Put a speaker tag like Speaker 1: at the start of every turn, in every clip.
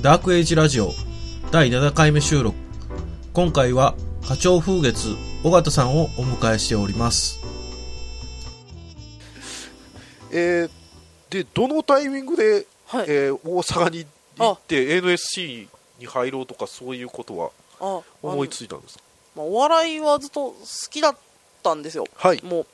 Speaker 1: ダークエイジラジオ第7回目収録今回は課長風月尾形さんをお迎えしております
Speaker 2: えーでどのタイミングで、
Speaker 3: はい
Speaker 2: えー大阪に行って NSC に入ろうとかそういうことは
Speaker 3: ああの
Speaker 2: 思いついたんですか
Speaker 3: まあ、お笑いはずっと好きだったんですよ、
Speaker 2: はい
Speaker 3: もう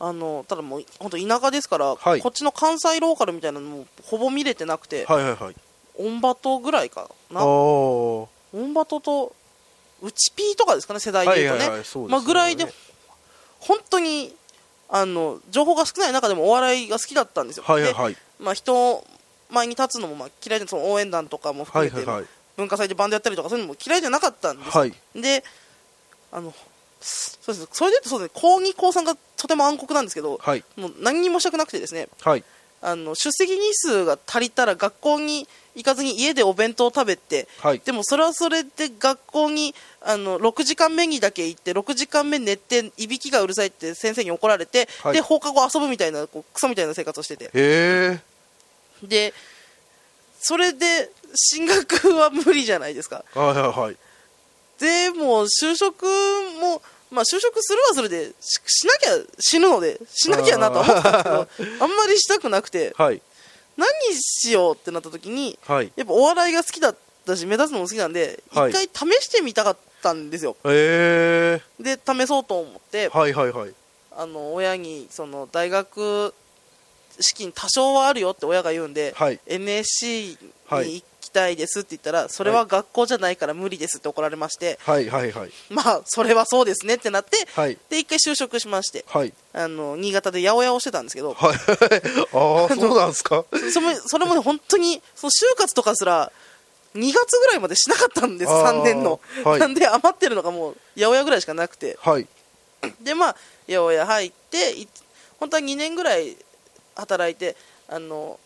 Speaker 3: あのただもう本当田舎ですから、
Speaker 2: はい
Speaker 3: こっちの関西ローカルみたいなのもほぼ見れてなくて、
Speaker 2: はいはいはい
Speaker 3: オンバトぐらいか
Speaker 2: あ
Speaker 3: な
Speaker 2: あ
Speaker 3: オ
Speaker 2: ー
Speaker 3: ンバトとウチピーとかですかね世代
Speaker 2: は
Speaker 3: で
Speaker 2: い
Speaker 3: いうと
Speaker 2: は
Speaker 3: ね、
Speaker 2: いはいそうですね
Speaker 3: まあ、ぐらいで本当にあの情報が少ない中でもお笑いが好きだったんですよ、
Speaker 2: はいはいはい
Speaker 3: でまあ、人前に立つのもまあ嫌いでその応援団とかも含
Speaker 2: はい
Speaker 3: めて、
Speaker 2: はいはい
Speaker 3: 文化祭でバンドやったりとかそういうのも嫌いじゃなかったんですよ
Speaker 2: はい
Speaker 3: であのすそうですそれで言うとそうですね高2高3がとても暗黒なんですけど、
Speaker 2: はい
Speaker 3: もう何にもしたくなくてですね
Speaker 2: はい
Speaker 3: あの出席日数が足りたら学校に行かずに家でお弁当を食べて
Speaker 2: はい
Speaker 3: でもそれはそれで学校にあの6時間目にだけ行って6時間目寝ていびきがうるさいって先生に怒られて、
Speaker 2: はい
Speaker 3: で放課後遊ぶみたいなこうクソみたいな生活をしてて
Speaker 2: へえ
Speaker 3: でそれで進学は無理じゃないですか
Speaker 2: はいはいはい
Speaker 3: でも就職も、まあ、就職するはそれでししなきゃ死ぬのでしなきゃなとは思ってたんですけどあんまりしたくなくて
Speaker 2: はい
Speaker 3: 何しようってなった時に
Speaker 2: はい
Speaker 3: やっぱお笑いが好きだったし目立つのも好きなんで一
Speaker 2: はい
Speaker 3: 回試してみたかったんですよ
Speaker 2: へえ
Speaker 3: で試そうと思って
Speaker 2: はいはいはい
Speaker 3: あの親にその大学資金多少はあるよって親が言うんで、
Speaker 2: はい
Speaker 3: NSC に
Speaker 2: はい
Speaker 3: 行きたいですって言ったらそれは学校じゃないから無理ですって怒られまして、
Speaker 2: はいはいはい
Speaker 3: まあそれはそうですねってなって、
Speaker 2: はい
Speaker 3: で一回就職しまして
Speaker 2: はい
Speaker 3: あの新潟で八百屋をしてたんですけど
Speaker 2: はいああそうなんですか
Speaker 3: それもそれもね本当にその就活とかすら2月ぐらいまでしなかったんです
Speaker 2: あー
Speaker 3: 3年の、
Speaker 2: はい
Speaker 3: なんで余ってるのがもう八百屋ぐらいしかなくて
Speaker 2: はい
Speaker 3: でまあ八百屋入ってい本当は2年ぐらい働いてあの、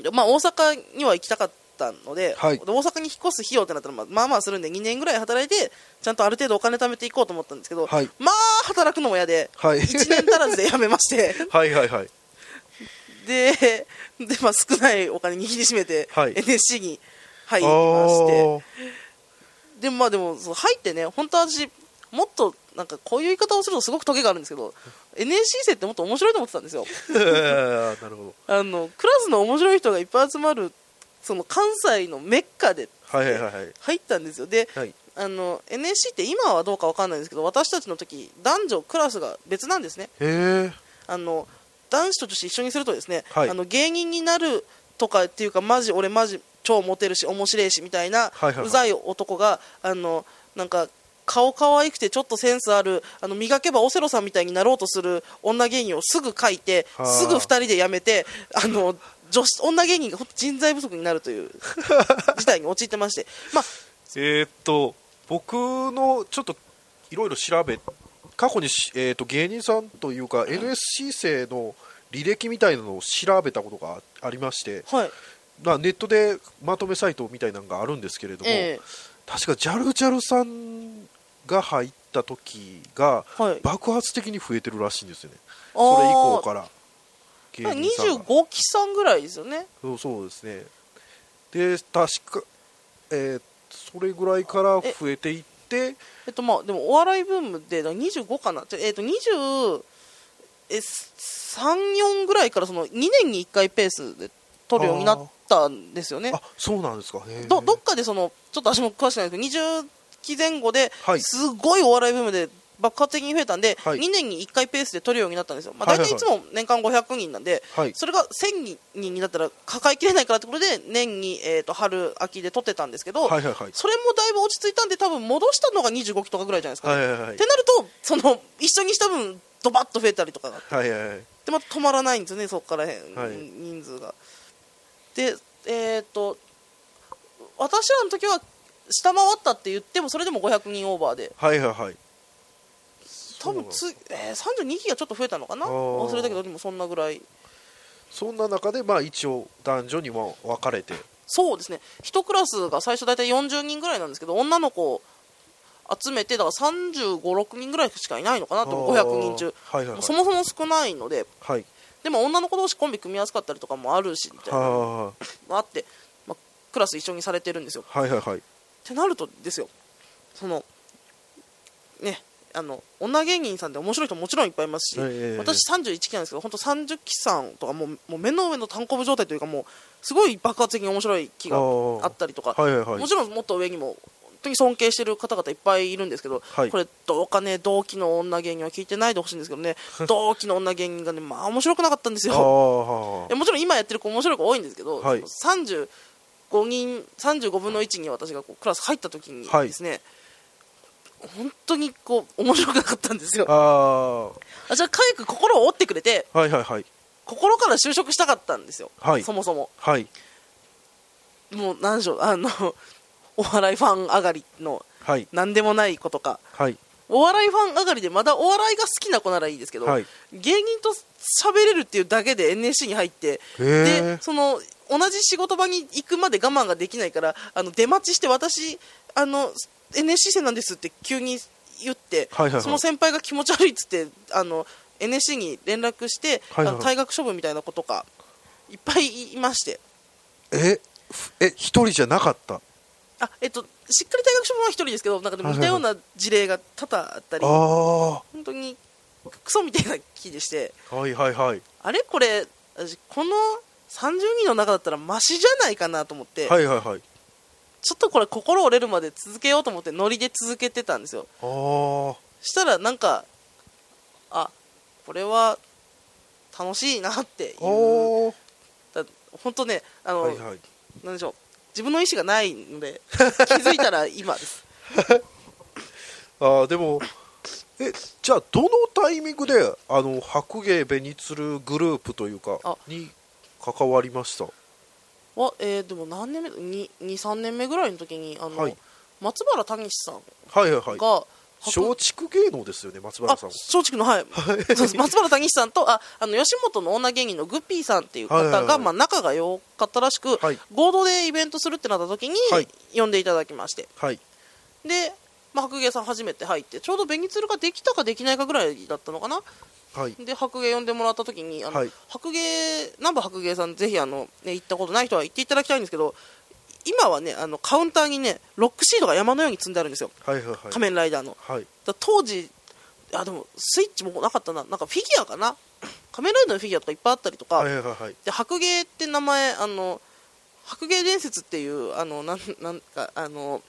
Speaker 3: でまあ、大阪には行きたかったので,で、
Speaker 2: はい
Speaker 3: 大阪に引っ越す費用ってなったらまあまあまあするんで2年ぐらい働いてちゃんとある程度お金貯めていこうと思ったんですけど、
Speaker 2: はい
Speaker 3: まあ働くのも嫌で、
Speaker 2: はい
Speaker 3: 1年足らずで辞めまして
Speaker 2: はいはいはい
Speaker 3: でで、まあ、少ないお金握りしめて、
Speaker 2: はい
Speaker 3: NSC に入り
Speaker 2: あ
Speaker 3: まして
Speaker 2: ー
Speaker 3: でもまあでもそう入ってね本当は私もっとなんかこういう言い方をするとすごくトゲがあるんですけど NSC 生ってもっと面白いと思ってたんですよ
Speaker 2: えーなる ほど
Speaker 3: あのクラスの面白い人がいっぱい集まるその関西のメッカで
Speaker 2: はいはいはいはい
Speaker 3: 入ったんですよで
Speaker 2: はい
Speaker 3: あの NSC って今はどうかわかんないんですけど私たちの時男女クラスが別なんですね
Speaker 2: へえ
Speaker 3: あの男子と女子一緒にするとですね、
Speaker 2: はい
Speaker 3: あの芸人になるとかっていうかマジ俺マジ超モテるし面白いしみたい
Speaker 2: はい
Speaker 3: な、
Speaker 2: はいはいう
Speaker 3: ざい男があのなんか顔可愛くてちょっとセンスあるあの磨けばオセロさんみたいになろうとする女芸人をすぐ書いて
Speaker 2: はあ
Speaker 3: すぐ2人で辞めてあの女子女芸人が本当人材不足になるという 事態に陥ってまして、まあ、
Speaker 2: えーっと僕のちょっといろいろ調べ過去にし、えーっと芸人さんというか NSC 生の履歴みたいなのを調べたことがありまして、
Speaker 3: はい
Speaker 2: まあ、ネットでまとめサイトみたいなのがあるんですけれども、
Speaker 3: ええ
Speaker 2: 確かジャルジャルさんが入った時が
Speaker 3: はい
Speaker 2: 爆発的に増えてるらしいんですよね、
Speaker 3: あー
Speaker 2: それ以降から芸人さんが
Speaker 3: 25期さんぐらいですよね
Speaker 2: そうそうですねで確か、えーそれぐらいから増えていって
Speaker 3: えっとまあでもお笑いブームでだから25かなちょえっと20え34ぐらいからその2年に1回ペースで取るようになったんですよね
Speaker 2: あそうなんですかへー
Speaker 3: どどっかでそのちょっと私も詳しくないですけど20期前後で
Speaker 2: はい
Speaker 3: すごいお笑いブームで爆発的に増えたんで、
Speaker 2: はい
Speaker 3: 2年に1回ペースで取るようになったんですよ、まあ、
Speaker 2: はい
Speaker 3: 大
Speaker 2: はい
Speaker 3: 体
Speaker 2: はい
Speaker 3: いつも年間500人なんで、
Speaker 2: はい
Speaker 3: それが1000人になったら抱えきれないからってことで年に、えー、と春秋で取ってたんですけ
Speaker 2: は
Speaker 3: ど、
Speaker 2: いはいはい
Speaker 3: それもだいぶ落ち着いたんで多分戻したのが25期とかぐらいじゃないですかね、
Speaker 2: はいはいはい
Speaker 3: ってなるとその一緒にした分ドバッと増えたりとかが
Speaker 2: はいはいはい
Speaker 3: でまた止まらないんですよねそこからへん、
Speaker 2: はい
Speaker 3: 人数がでえっ、と私らの時は下回ったって言ってもそれでも500人オーバーで
Speaker 2: はいはいはい
Speaker 3: 多分つ、えー32期がちょっと増えたのかな
Speaker 2: あー
Speaker 3: 忘れたけどでもそんなぐらい
Speaker 2: そんな中でまあ一応男女にも分かれて
Speaker 3: そうですね一クラスが最初大体40人ぐらいなんですけど女の子を集めてだから3 5 6人ぐらいしかいないのかなと思う
Speaker 2: あー
Speaker 3: 500人中、
Speaker 2: はいはいはい
Speaker 3: そもそも少ないので
Speaker 2: はい
Speaker 3: でも女の子同士コンビ組みやすかったりとかもあるしみたいな
Speaker 2: は
Speaker 3: まああって、まあ、クラス一緒にされてるんですよ。
Speaker 2: はいはいはい
Speaker 3: ってなるとですよそのねあの女芸人さんって面白い人もちろんいっぱいいますし、
Speaker 2: ええ
Speaker 3: 私31期なんですけど本当30期さんとかもうもう目の上の単行部状態というかもうすごい爆発的に面白い期が
Speaker 2: あー
Speaker 3: あったりとか、
Speaker 2: はいはいはい
Speaker 3: もちろんもっと上にも本当に尊敬してる方々いっぱいいるんですけど、
Speaker 2: はい
Speaker 3: これどうかね同期の女芸人は聞いてないでほしいんですけ どね同期の女芸人がねまあ面白くなかったんです
Speaker 2: あ
Speaker 3: よ。
Speaker 2: あ
Speaker 3: えもちろん今やってる子面白い子多いんですけど、
Speaker 2: はい
Speaker 3: その35人35分の1に私がこうクラス入った時に
Speaker 2: はい
Speaker 3: ですね、本当にこう面白くなかったんですよ
Speaker 2: ああは
Speaker 3: 私はかゆく心を折ってくれて
Speaker 2: いはいはい
Speaker 3: 心から就職したかったんですよ、
Speaker 2: はい
Speaker 3: そもそも
Speaker 2: はい
Speaker 3: もう何でしょうあのお笑いファン上がりの
Speaker 2: はい
Speaker 3: 何でもない子とか
Speaker 2: はい
Speaker 3: お笑いファン上がりでまだお笑いが好きな子ならいいですけど、
Speaker 2: はい
Speaker 3: 芸人と喋れるっていうだけで NSC に入って
Speaker 2: へー
Speaker 3: でその同じ仕事場に行くまで我慢ができないからあの出待ちして私あの NSC 生なんですって急に言って、
Speaker 2: はいはいはい
Speaker 3: その先輩が気持ち悪いっつってあの NSC に連絡して、
Speaker 2: はいはいはい
Speaker 3: あの退学処分みたいなことかいっぱいいまして
Speaker 2: えふえ一人じゃなかった
Speaker 3: あ、えっと、しっかり退学処分は一人ですけどなんかでも似たような事例が多々あったり、
Speaker 2: あ
Speaker 3: 本当にクソみたいな気でして。
Speaker 2: あはいはいはい
Speaker 3: あれこれ私この30人の中だったらマシじゃないかなと思って、
Speaker 2: はいはいはい
Speaker 3: ちょっとこれ心折れるまで続けようと思ってノリで続けてたんですよ
Speaker 2: ああは
Speaker 3: したらなんかあこれは楽しいなっていう
Speaker 2: い
Speaker 3: 本当ねあの、
Speaker 2: はい
Speaker 3: なんでしょう自分の意思がない ので気づいたら今です
Speaker 2: ああでもえじゃあどのタイミングであの白芸紅鶴グループというか
Speaker 3: あ
Speaker 2: に関わりました
Speaker 3: わえーでも何年目23年目ぐらいの時にあの、
Speaker 2: はい
Speaker 3: 松原谷さん
Speaker 2: はいはいはい
Speaker 3: が、白
Speaker 2: 松竹芸能ですよね松原さん
Speaker 3: あ
Speaker 2: は
Speaker 3: 松竹のはいそうです松原谷さんとああの吉本の女芸人のグッピーさんっていう方
Speaker 2: はいはいはい
Speaker 3: がまあ仲が良かったらしく、
Speaker 2: はい
Speaker 3: 合同でイベントするってなった時に
Speaker 2: はい
Speaker 3: 呼んでいただきまして、
Speaker 2: はい
Speaker 3: で、まあ、白芸さん初めて入ってちょうど紅鶴ができたかできないかぐらいだったのかな
Speaker 2: はい
Speaker 3: で白芸呼んでもらった時にあの、
Speaker 2: はい
Speaker 3: 白芸南部白芸さんぜひあの、ね、行ったことない人は行っていただきたいんですけど今はねあのカウンターにねロックシードが山のように積んであるんですよ
Speaker 2: はいはいはい
Speaker 3: 仮面ライダーの。
Speaker 2: はい
Speaker 3: だ当時あでもスイッチもなかったななんかフィギュアかな 仮面ライダーのフィギュアとかいっぱいあったりとか、
Speaker 2: はいはいはい
Speaker 3: で白芸って名前あの白芸伝説っていうあのなんなんかあの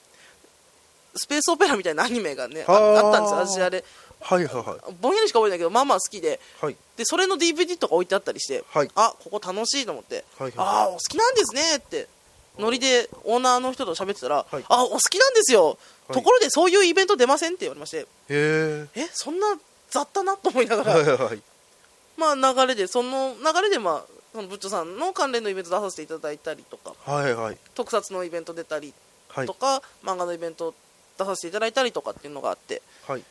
Speaker 3: スペースオペラみたいなアニメがねあ
Speaker 2: あー
Speaker 3: あったんですよ私あれ
Speaker 2: はいはいはい
Speaker 3: ぼんやりしか覚えてないけどまあまあ好きで
Speaker 2: はい
Speaker 3: でそれの DVD とか置いてあったりして、
Speaker 2: はい
Speaker 3: あここ楽しいと思って、
Speaker 2: はいはい
Speaker 3: ああお好きなんですねってノリでオーナーの人と喋ってたら、
Speaker 2: はい
Speaker 3: あお好きなんですよ、
Speaker 2: い
Speaker 3: ところでそういうイベント出ませんって言われまして
Speaker 2: へ
Speaker 3: えそんな雑多なと思いなが
Speaker 2: えはい
Speaker 3: ら
Speaker 2: はいはい
Speaker 3: まあ流れでその流れでまあそのブッチョさんの関連のイベント出させていただいたりとか
Speaker 2: はいはい
Speaker 3: 特撮のイベント出たり
Speaker 2: はい
Speaker 3: とか、漫画のイベント出させていただいたりとかっていうのがあって
Speaker 2: はいっ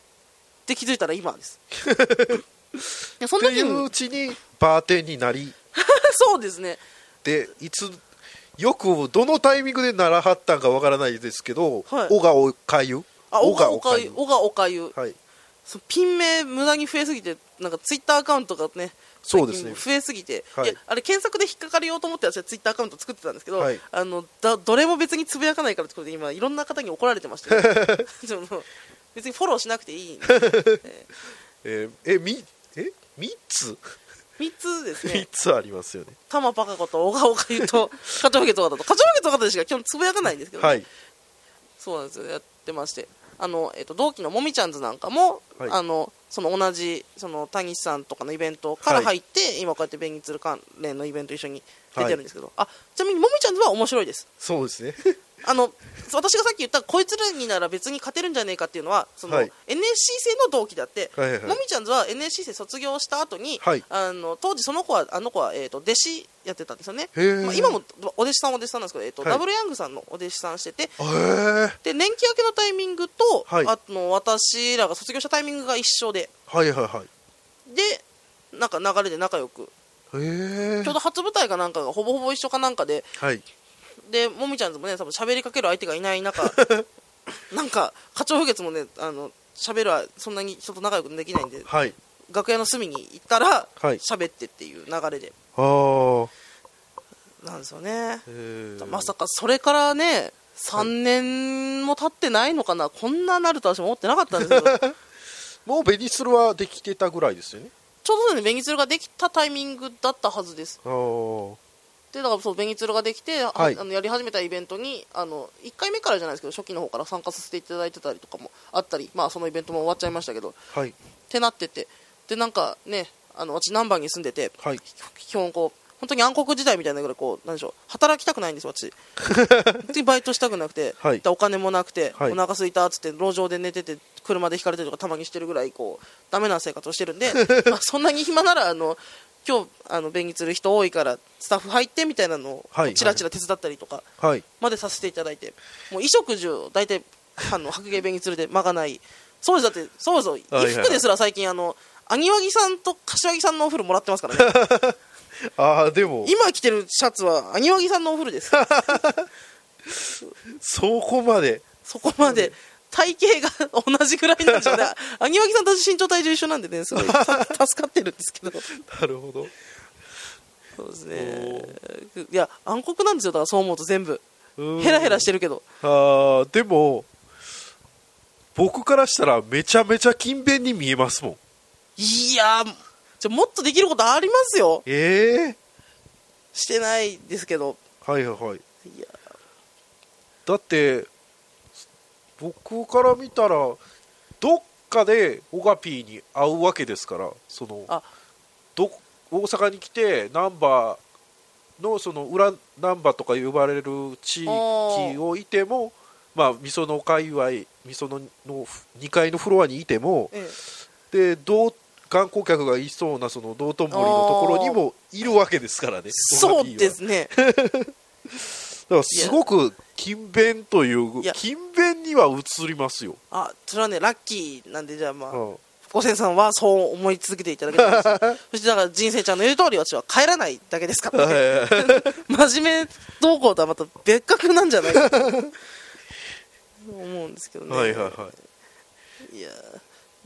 Speaker 3: で気づいたら今です いやそん
Speaker 2: て
Speaker 3: なに
Speaker 2: いううちにバーテンになり
Speaker 3: そうですね
Speaker 2: でいつよくどのタイミングでならはったんかわからないですけど
Speaker 3: はい
Speaker 2: 小がおかゆ
Speaker 3: あおがお
Speaker 2: 小
Speaker 3: か
Speaker 2: が
Speaker 3: ゆおがおかゆ
Speaker 2: はい
Speaker 3: そうピン名無駄に増えすぎてなんかツイッターアカウントがね
Speaker 2: そうですね
Speaker 3: 最近増えすぎて、
Speaker 2: はい
Speaker 3: いやあれ検索で引っかかりようと思って私はツイッターアカウント作ってたんですけど、
Speaker 2: はい
Speaker 3: あのだどれも別につぶやかないからってことで今いろんな方に怒られて ましたけどその別にフォローしなくていい
Speaker 2: えーえみえ三つ
Speaker 3: 3 つです
Speaker 2: 三
Speaker 3: ね
Speaker 2: つありますよね
Speaker 3: 玉パカ子と小川岡ゆと課長家とかだと課長家とかでしか基本つぶやかないんですけどね、
Speaker 2: はい
Speaker 3: そうなんですよやってましてあの、えっと同期のもみちゃんズなんかも、
Speaker 2: はい
Speaker 3: あのその同じその谷さんとかのイベントから
Speaker 2: は
Speaker 3: 入って、今こうやって紅鶴関連のイベント一緒に出てるんですけど、あちなみにもみちゃんズは面白いです
Speaker 2: そうです ね
Speaker 3: あの私がさっき言ったこいつらになら別に勝てるんじゃねえかっていうのはその、
Speaker 2: はい
Speaker 3: NSC 生の同期であって、
Speaker 2: はいはいはい
Speaker 3: もみちゃんズは NSC 生卒業した後に、
Speaker 2: はい
Speaker 3: あの当時その子はあの子は、えっと弟子やってたんですよね、
Speaker 2: へー
Speaker 3: まあ、今もお弟子さんはお弟子さんなんですけど、えっと
Speaker 2: はい
Speaker 3: ダブルヤングさんのお弟子さんしてて
Speaker 2: へえ
Speaker 3: で年季明けのタイミングと、
Speaker 2: はい
Speaker 3: あの私らが卒業したタイミングが一緒で
Speaker 2: はいはいはい
Speaker 3: でなんか流れで仲良く
Speaker 2: へえ
Speaker 3: ちょうど初舞台かなんかがほぼほぼ一緒かなんかで
Speaker 2: はい
Speaker 3: でもみちゃんズもね多分喋りかける相手がいな い中なんか課長風月もねあの喋るはそんなに人と仲良くできないんで
Speaker 2: はい
Speaker 3: 楽屋の隅に行ったら
Speaker 2: はい
Speaker 3: 喋ってっていう流れで、
Speaker 2: ああは
Speaker 3: なんですよね
Speaker 2: えー
Speaker 3: まさかそれからね3年も経ってないのかな、こんななると私も思ってなかったんですけど
Speaker 2: もうベニスルはできてたぐらいですよね
Speaker 3: ちょうどねベニツルができたタイミングだったはずです
Speaker 2: あー
Speaker 3: でだからそうベニツルができて、あ
Speaker 2: はい
Speaker 3: あのやり始めたイベントにあの1回目からじゃないですけど初期の方から参加させていただいてたりとかもあったり、まあ、そのイベントも終わっちゃいましたけどっ
Speaker 2: はい
Speaker 3: てなっててでなんかねあの私南蛮に住んでて
Speaker 2: はい
Speaker 3: 基本こう本当に暗黒時代みたいなぐらいこうなんでしょう働きたくないんです よ私本当にバイトしたくなくて、
Speaker 2: はい
Speaker 3: お金もなくて、
Speaker 2: はい
Speaker 3: お腹空いたっつって路上で寝てて車でひかれたりとかたまにしてるぐらいこうダメな生活をしてるん で、まあ、そんなに暇ならあの今日あの便宜する人多いからスタッフ入ってみたいなのを
Speaker 2: はい
Speaker 3: チラチラ手伝ったりとか
Speaker 2: はい
Speaker 3: までさせていただいて、もう衣食住を大体あの白芸便宜するでまがないそうですだってそうですよ
Speaker 2: はいはい
Speaker 3: 衣服ですら最近あのアニワギさんと柏木さんのお風呂もらってますからね
Speaker 2: ああでも
Speaker 3: 今着てるシャツはアニワギさんのお風 呂です
Speaker 2: そこまで
Speaker 3: そこまで体型が 同じぐらいなんじゃない アニワギさんと私身長体重一緒なんでねすごいた助かってるんですけど
Speaker 2: なるほど
Speaker 3: そうです
Speaker 2: お
Speaker 3: ねいや暗黒なんですよだからそう思うと全部
Speaker 2: うん
Speaker 3: ヘラヘラしてるけど
Speaker 2: あーでも僕からしたらめちゃめちゃ勤勉に見えますもん
Speaker 3: いやーじゃあもっとできることありますよ
Speaker 2: ええ
Speaker 3: してないですけど
Speaker 2: はいはいはい
Speaker 3: いや
Speaker 2: だって僕から見たらどっかでオガピーに会うわけですからその
Speaker 3: あ
Speaker 2: ど大阪に来てナンバーのその裏ナンバーとか呼ばれる地域をいてもまあみその界隈みそのの2階のフロアにいても
Speaker 3: ええ
Speaker 2: でどう観光客がいそうなその道頓堀のところにもいるわけですからね
Speaker 3: そ
Speaker 2: オガ
Speaker 3: う
Speaker 2: ピーは
Speaker 3: ですね
Speaker 2: だからすごく勤勉という
Speaker 3: いや
Speaker 2: 勤勉には映りますよ、
Speaker 3: あそれはねラッキーなんでじゃあまあ
Speaker 2: うん
Speaker 3: 五千さんはそう思い続けていただけたらいい ですそしてだから人生ちゃんの言う通り私は帰らないだけですから、ね、真面目どうこうとはまた別格なんじゃないかと思うんですけどね
Speaker 2: はいはいはい
Speaker 3: や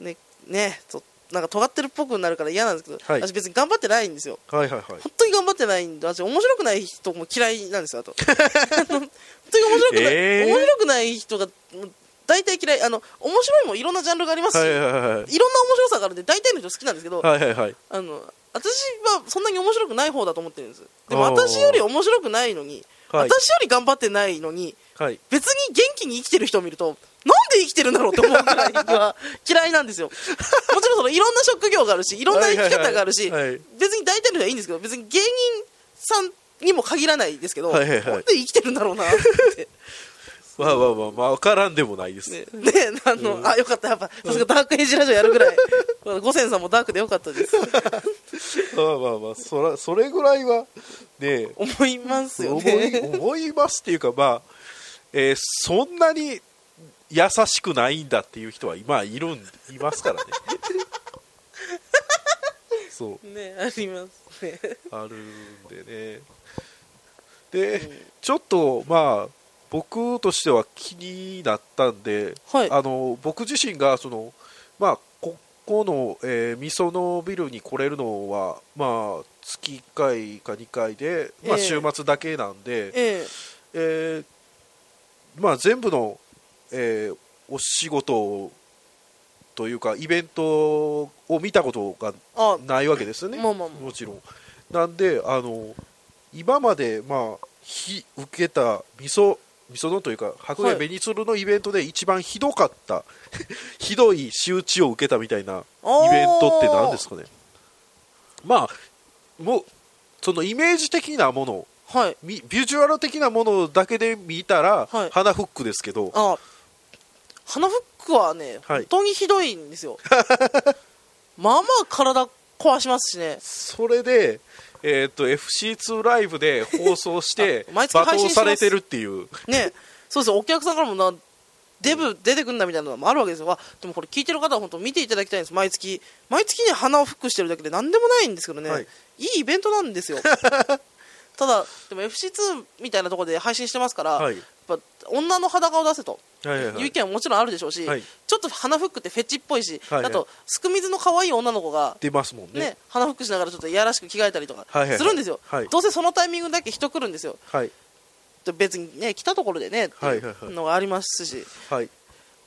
Speaker 3: ーねねとなんか尖ってるっぽくなるから嫌なんですけど、
Speaker 2: はい
Speaker 3: 私別に頑張ってないんですよ
Speaker 2: いはいはいはい
Speaker 3: 本当に頑張ってないんで私面白くない人も嫌いなんですよあとあの本当に面白くない、
Speaker 2: えー
Speaker 3: 面白くない人がもう大体嫌いあの面白いもいろんなジャンルがありますし、
Speaker 2: はい
Speaker 3: い
Speaker 2: はいはい
Speaker 3: ろんな面白さがあるんで大体の人好きなんですけど、
Speaker 2: はいはいはい
Speaker 3: あの私はそんなに面白くない方だと思ってるんですでも
Speaker 2: あー
Speaker 3: 私より面白くないのに、
Speaker 2: はい
Speaker 3: 私より頑張ってないのに
Speaker 2: はい
Speaker 3: 別に元気に生きてる人を見るとなんで生きてるんだろうって思うぐらいは 嫌いなんですよもちろんそのいろんな職業があるしいろんな生き方があるし、
Speaker 2: はいはいはい
Speaker 3: 別に大体の人はいいんですけど別に芸人さんにも限らないですけど、
Speaker 2: はいはいはい
Speaker 3: なんで生きてるんだろうな って、
Speaker 2: まあまあまあまあ分からんでもないです、
Speaker 3: ね、ねあの、あよかったやっぱさすがダークエイジラジオやるぐらい五千さんもダークでよかったです
Speaker 2: まあまあまあそらそれぐらいはね
Speaker 3: 思いますよ
Speaker 2: 思
Speaker 3: ね
Speaker 2: い思いますっていうかまあ、えーそんなに優しくないんだっていう人は今いるんいます からねそう
Speaker 3: ねありますね
Speaker 2: あるんでねで、ちょっとまあ僕としては気になったんで、
Speaker 3: はい
Speaker 2: あの僕自身がそのまあここの、えー、みそのビルに来れるのはまあ月1回か2回で、まあ、
Speaker 3: ええ
Speaker 2: 週末だけなんで、え
Speaker 3: ええ
Speaker 2: ーまあ、全部の、えーお仕事というかイベントを見たことが
Speaker 3: あ
Speaker 2: ないわけですよね、
Speaker 3: まあまあまあ
Speaker 2: もちろんなんであの今までまあひ受けたみそみそのというか白
Speaker 3: は
Speaker 2: 芸
Speaker 3: い
Speaker 2: 紅鶴のイベントで一番ひどかった ひどい仕打ちを受けたみたいなイ
Speaker 3: おー
Speaker 2: ベントって何ですかねまあもうそのイメージ的なもの
Speaker 3: はい
Speaker 2: みビジュアル的なものだけで見たら、
Speaker 3: はい
Speaker 2: 花フックですけど
Speaker 3: あ鼻フックはね、
Speaker 2: はい
Speaker 3: 本当にひどいんです よまあまあ体壊しますしね
Speaker 2: それで、えー、と FC2 ライブで放送して
Speaker 3: あ毎月
Speaker 2: 罵
Speaker 3: 配信
Speaker 2: 倒
Speaker 3: します
Speaker 2: されてるっていう
Speaker 3: ねそうですよお客さんからもなデブ出てくんだみたいなのもあるわけですよあでもこれ聞いてる方は本当見ていただきたいんです毎月毎月ね鼻をフックしてるだけで何でもないんですけどね、
Speaker 2: はい
Speaker 3: い、いイ ベントなんですよただでも FC2 みたいなところで配信してますから、
Speaker 2: はい
Speaker 3: やっぱ女の裸を出せと
Speaker 2: はいはい
Speaker 3: い
Speaker 2: は
Speaker 3: う
Speaker 2: い
Speaker 3: 意見はもちろんあるでしょうし、
Speaker 2: はい
Speaker 3: ちょっと鼻フックってフェチっぽいし、
Speaker 2: はいはい
Speaker 3: あとすく水の可愛い女の子が、
Speaker 2: 出ますもんね
Speaker 3: ね鼻フックしながらちょっといやらしく着替えたりとか
Speaker 2: はいはいはい
Speaker 3: するんですよ、
Speaker 2: はい
Speaker 3: どうせそのタイミングだけ人来るんですよ
Speaker 2: はい
Speaker 3: で別にね来たところでねっていう
Speaker 2: はいはいはい
Speaker 3: のがありますし、
Speaker 2: はい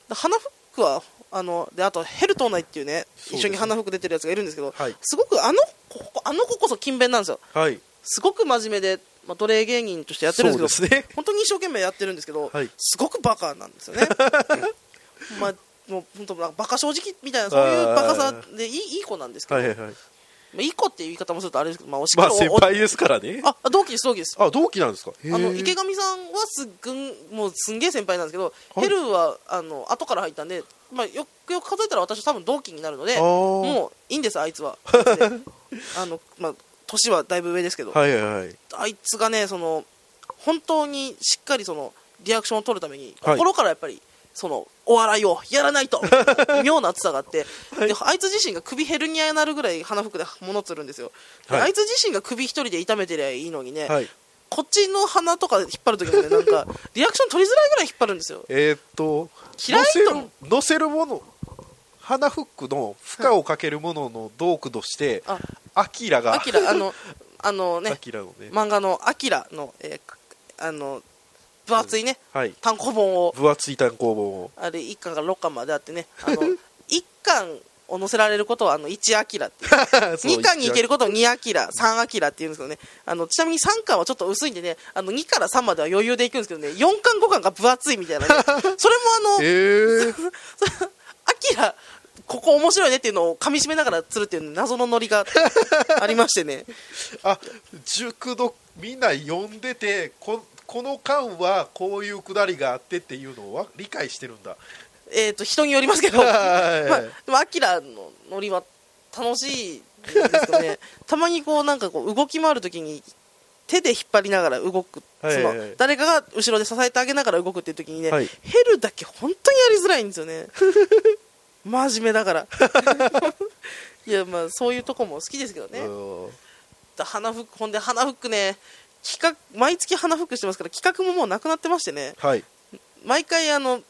Speaker 3: で鼻フックはあのであとヘルトーナイっていうね
Speaker 2: そうです
Speaker 3: 一緒に鼻フック出てるやつがいるんですけど、
Speaker 2: はい
Speaker 3: すごくあのここあの子こそ勤勉なんですよ
Speaker 2: はい
Speaker 3: すごく真面目で、まあ、奴隷芸人としてやってるんですけど
Speaker 2: そうですね
Speaker 3: 本当に一生懸命やってるんですけど、
Speaker 2: はい
Speaker 3: すごくバカなんですよ ね。まあもう本当なんかバカ正直みたいなそういうバカさでいいいい子なんですけど、
Speaker 2: はいはいはい
Speaker 3: まあ、いい子っていう言い方もするとあれですけど、まあ、おしっ
Speaker 2: ま
Speaker 3: か
Speaker 2: あ
Speaker 3: り
Speaker 2: 先
Speaker 3: お
Speaker 2: 輩ですからね
Speaker 3: おあ同期です同期です
Speaker 2: あ同期なんですかへー
Speaker 3: あの池上さんはすっぐんもうすんげえ先輩なんですけど、
Speaker 2: はい
Speaker 3: ヘルはあの後から入ったんで、まあ、よくよく数えたら私は多分同期になるので
Speaker 2: あー
Speaker 3: もういいんですあい つはあの、まあ、年はだいぶ上ですけど、
Speaker 2: はいはいはい
Speaker 3: あいつがねその本当にしっかりそのリアクションを取るために、
Speaker 2: はい
Speaker 3: 心からやっぱりそのお笑いをや らないと妙な熱さがあって、であいつ自身が首ヘルニアになるぐらい鼻服で物つるんですよ、で
Speaker 2: はい
Speaker 3: あいつ自身が首一人で痛めてりゃいいのにね、
Speaker 2: はい
Speaker 3: こっちの鼻とか引っ張るときもねなん かリアクション取りづらいぐらい引っ張るんですよ
Speaker 2: えーっと
Speaker 3: 嫌い
Speaker 2: 乗せ
Speaker 3: と
Speaker 2: る乗せるもの花フックの負荷をかけるものの道具として
Speaker 3: あ
Speaker 2: アキラが
Speaker 3: アキラあの あのね
Speaker 2: アキラのね
Speaker 3: 漫画の「アキラの」えーかあの分厚いね
Speaker 2: はい
Speaker 3: 単行本を
Speaker 2: 分厚い単行本 を
Speaker 3: あれ1巻から6巻まであって ねあの1巻を載せられることはあの1アキラっていう2巻に行け
Speaker 2: る
Speaker 3: ることを2アキラ3アキラっていうんですけどねあのちなみに3巻はちょっと薄いんでねあの2から3までは余裕でいくんですけどね4巻5巻が分厚いみたい なねそれもあの
Speaker 2: えー
Speaker 3: アキラここ面白いねっていうのを噛み締めながら釣るっていう謎のノリがありましてね
Speaker 2: あ熟読みんな読んでてここの巻はこういうくだりがあってっていうのは理解してるんだ
Speaker 3: えっと人によりますけど、ま
Speaker 2: はい
Speaker 3: あ、でもアキラのノリは楽しいです よねたまにこうなんかこう動き回るときに手で引っ張りながら動く、
Speaker 2: はいはいはい
Speaker 3: その誰かが後ろで支えてあげながら動くっていうときにね、
Speaker 2: はい
Speaker 3: ヘルだけ本当にやりづらいんですよね 真面目だから いやまあそういうとこも好きですけどね、
Speaker 2: うん
Speaker 3: 花フックほんで花フックね企画毎月花フックしてますから企画ももうなくなってましてね
Speaker 2: はい
Speaker 3: 毎回あの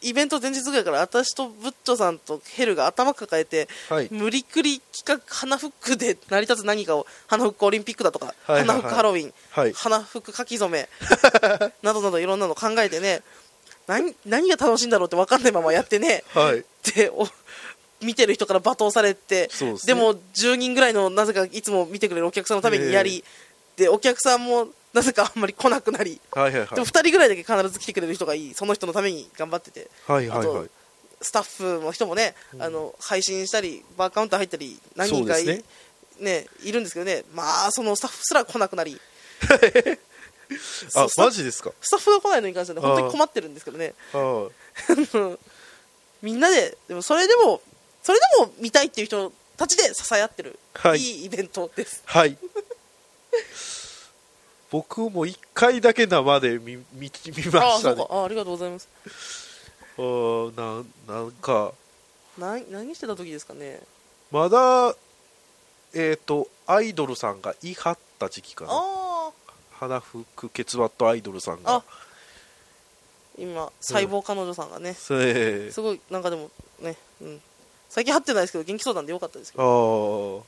Speaker 3: イベント前日ぐらいから私とブッチョさんとヘルが頭抱えて、
Speaker 2: はい
Speaker 3: 無理くり企画花フックで成り立つ何かを花フックオリンピックだとか、
Speaker 2: はいはいはい
Speaker 3: 花フックハロウィン、
Speaker 2: はい
Speaker 3: 花フック書き初め などなどいろんなの考えてね何何が楽しいんだろうって分かんないままやってね
Speaker 2: はい
Speaker 3: でお見てる人から罵倒されて
Speaker 2: そうですね
Speaker 3: でも10人ぐらいのなぜかいつも見てくれるお客さんのためにやり、でお客さんもなぜかあんまり来なくなり、
Speaker 2: はいはいは
Speaker 3: で
Speaker 2: い
Speaker 3: も2人ぐらいだけ必ず来てくれる人がいいその人のために頑張ってて
Speaker 2: はいはいは
Speaker 3: あ
Speaker 2: い
Speaker 3: とスタッフの人もね、あの配信したりバーカウンター入ったり何人かい,、
Speaker 2: そうで
Speaker 3: ねいるんですけどねまあそのスタッフすら来なくなり
Speaker 2: あ
Speaker 3: そう
Speaker 2: マジですか
Speaker 3: スタッフが来ないのに関しては、ね、本当に困ってるんですけどね
Speaker 2: は
Speaker 3: みんなででもそれでもそれでも見たいっていう人たちで支え合ってる、
Speaker 2: はい
Speaker 3: いいイベントです
Speaker 2: いはい 僕も一回だけ生で見見見
Speaker 3: あ
Speaker 2: ま
Speaker 3: あ
Speaker 2: した
Speaker 3: そ
Speaker 2: ね
Speaker 3: うかああありがとうございます
Speaker 2: うんなんなんか
Speaker 3: な何してた時ですかね
Speaker 2: まだえっ、とアイドルさんが言い張った時期かな
Speaker 3: ああ
Speaker 2: 花吹くケツバットアイドルさんが
Speaker 3: あ今細胞彼女さんがね、
Speaker 2: せー
Speaker 3: すごいなんかでもね、うん、最近張ってないですけど元気そうなんでよかったですけ
Speaker 2: あ
Speaker 3: ど
Speaker 2: ー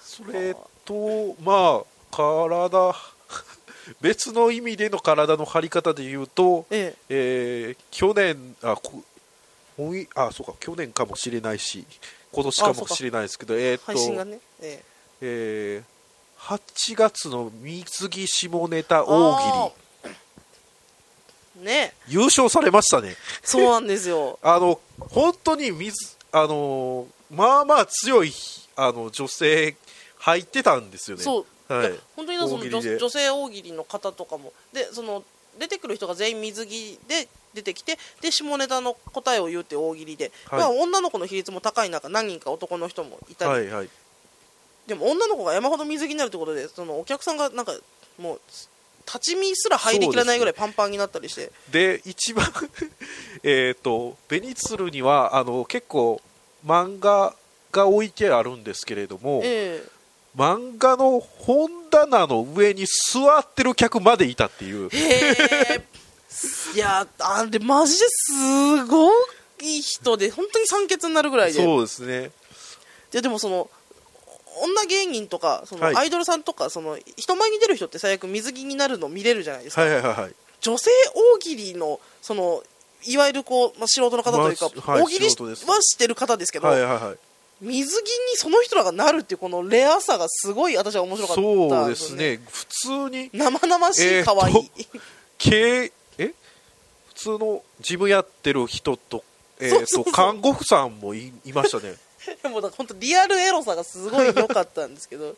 Speaker 2: それとまあ体 別の意味での体の張り方で言うと
Speaker 3: え
Speaker 2: えー去年あこおいあそうか去年かもしれないし今年か
Speaker 3: あそう
Speaker 2: も
Speaker 3: か
Speaker 2: しれないですけどえ
Speaker 3: え配信
Speaker 2: ー
Speaker 3: が
Speaker 2: っと、
Speaker 3: ね、ええ、
Speaker 2: えー8月の水着下ネタ大喜利
Speaker 3: 利ね
Speaker 2: 優勝されましたね。
Speaker 3: そうなんですよ
Speaker 2: あの本当に水あのまあまあ強いあの女性入ってたん ですよね。
Speaker 3: そう、
Speaker 2: はい
Speaker 3: いや本当にそ
Speaker 2: 大
Speaker 3: の
Speaker 2: 喜利で
Speaker 3: 女女性大喜利の方とかもでその出てくる人が全員水着で出てきてで下ネタの答えを言うっていう大喜利で、
Speaker 2: はい
Speaker 3: まあ、女の子の比率も高い中何人か男の人もいたり、
Speaker 2: はいはい
Speaker 3: でも女の子が山ほど水着になるってことでそのお客さんがなんかもう立ち見すら入りきらないぐらいパンパンになったりして、
Speaker 2: で一番 えっとベニツルにはあの結構漫画が置いてあるんですけれども、
Speaker 3: ええ
Speaker 2: 漫画の本棚の上に座ってる客までいたっていう
Speaker 3: へえいやあれマジですごい人で本当に酸欠になるぐらいで
Speaker 2: そうですね
Speaker 3: ででもその女芸人とかその
Speaker 2: はい
Speaker 3: アイドルさんとかその人前に出る人って最悪水着になるの見れるじゃないですか、
Speaker 2: はいはいはいはい
Speaker 3: 女性大喜利のそのいわゆるこう、まあ、素人の方というか、
Speaker 2: まあはい
Speaker 3: 大喜利
Speaker 2: 素人です
Speaker 3: はしてる方ですけど、
Speaker 2: はいはいはい
Speaker 3: 水着にその人らがなるっていうこのレアさがすごい私は面白かった
Speaker 2: そうですね普通に
Speaker 3: 生々しい可愛い、
Speaker 2: え経え普通の事務やってる人と,、えー
Speaker 3: そうそうそ
Speaker 2: と
Speaker 3: う
Speaker 2: 看護婦さんもいいました ね
Speaker 3: もうなんか本当リアルエロさがすごい良かったんですけ ど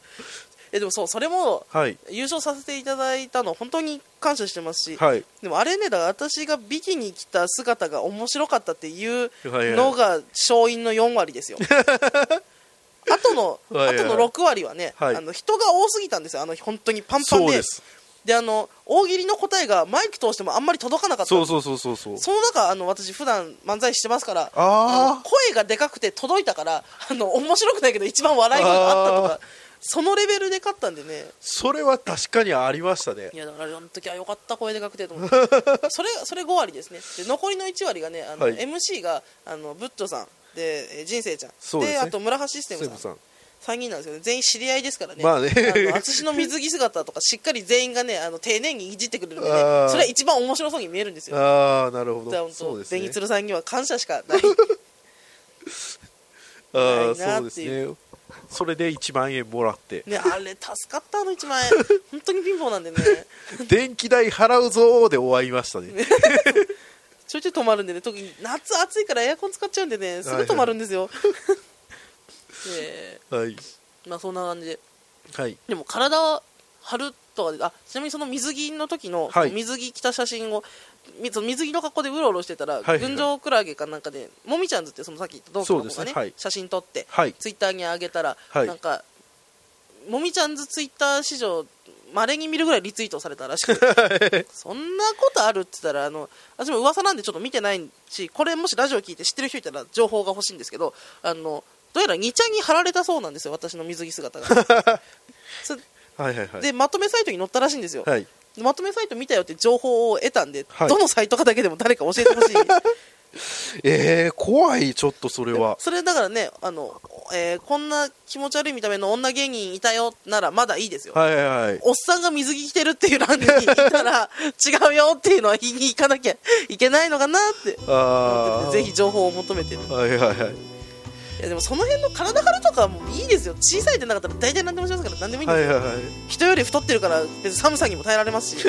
Speaker 3: えでもそうそれも
Speaker 2: はい
Speaker 3: 優勝させていただいたの本当に感謝してますし、
Speaker 2: はい
Speaker 3: でもあれねだから私がビキに来た姿が面白かったっていう
Speaker 2: はいはい
Speaker 3: のが勝因の4割 ですよあとの
Speaker 2: はいはい
Speaker 3: あとの6割はね、
Speaker 2: はい
Speaker 3: あの人が多すぎたんですよあの本当にパンパン
Speaker 2: そう
Speaker 3: で
Speaker 2: です
Speaker 3: であの大喜利の答えがマイク通してもあんまり届かなかった
Speaker 2: そうそうそうそうそう
Speaker 3: その中あの私普段漫才してますから
Speaker 2: あー
Speaker 3: の声がでかくて届いたからあの面白くないけど一番笑い声があったとかそのレベルで勝ったんでね
Speaker 2: それは確かにありましたね
Speaker 3: いやだからあの時は良かった声でかくてと思って それそれ5割ですねで残りの1割がねあの、
Speaker 2: はい
Speaker 3: MC があのブッチョさんでえー人生ちゃん
Speaker 2: そうですね
Speaker 3: あと村橋システ
Speaker 2: セ
Speaker 3: ム
Speaker 2: ブ
Speaker 3: さ
Speaker 2: さ
Speaker 3: ん
Speaker 2: ん
Speaker 3: 3人なんですけど全員知り合いですからね,、
Speaker 2: まあね
Speaker 3: の私の水着姿とかしっかり全員がねあの丁寧にいじってくれるんで、ね、
Speaker 2: あー
Speaker 3: それは一番面白そうに見えるんですよ
Speaker 2: ああなるほ
Speaker 3: だから
Speaker 2: ど
Speaker 3: 本
Speaker 2: そう
Speaker 3: 当
Speaker 2: です
Speaker 3: 善
Speaker 2: ね
Speaker 3: 逸郎さんには感謝しかない
Speaker 2: あー
Speaker 3: ないな
Speaker 2: そう
Speaker 3: っ
Speaker 2: で
Speaker 3: て
Speaker 2: す
Speaker 3: い
Speaker 2: ねそれで1万円もらって
Speaker 3: ねあれ助かったあの 一万円本当に貧乏なんでね
Speaker 2: 電気代払うぞーで終わりましたね
Speaker 3: ちょいちょい止まるんでね特に夏暑いからエアコン使っちゃうんでねすぐ止まるんですよ、 で
Speaker 2: はい
Speaker 3: まあそんな感じで
Speaker 2: はい
Speaker 3: でも体張るとかであちなみにその水着の時の、
Speaker 2: はい
Speaker 3: 水着着た写真をみその水着の格好でうろうろしてたら、
Speaker 2: いはいはい
Speaker 3: 群青クラゲかなんかでもみちゃんズってそのさっき言った同期の子
Speaker 2: そ
Speaker 3: が
Speaker 2: うで
Speaker 3: ね
Speaker 2: すねはい
Speaker 3: 写真撮って、
Speaker 2: はい
Speaker 3: ツイッターに上げたら、
Speaker 2: はい
Speaker 3: なんかもみちゃんズツイッター史上まれに見るぐらいリツイートされたらしくて そんなことあるって言ったらあの私も噂なんでちょっと見てないしこれもしラジオ聞いて知ってる人いたら情報が欲しいんですけどあのどうやら2ちゃんに貼られたそうなんですよ私の水 着姿がそ
Speaker 2: はいはいはい
Speaker 3: でまとめサイトに載ったらしいんですよ、
Speaker 2: はい
Speaker 3: まとめサイト見たよって情報を得たんで、
Speaker 2: はい
Speaker 3: どのサイトかだけでも誰か教えてほしい
Speaker 2: えー、怖いちょっとそれは
Speaker 3: それだからねあの、えーこんな気持ち悪い見た目の女芸人いたよならまだいいですよ、
Speaker 2: はいはいはい
Speaker 3: おっさんが水着着てるっていう欄にいたら違うよっていうのは言いに行かなきゃいけないのかなって
Speaker 2: ああ
Speaker 3: ぜひ情報を求めてる
Speaker 2: はいはいはい
Speaker 3: いやでもその辺の体張るとかはもういいですよ小さいでなかった
Speaker 2: 哎
Speaker 3: ら大体何でもしますから何でもいいんですよ
Speaker 2: はいはいはい
Speaker 3: 人より太ってるから別に寒さにも耐えられますし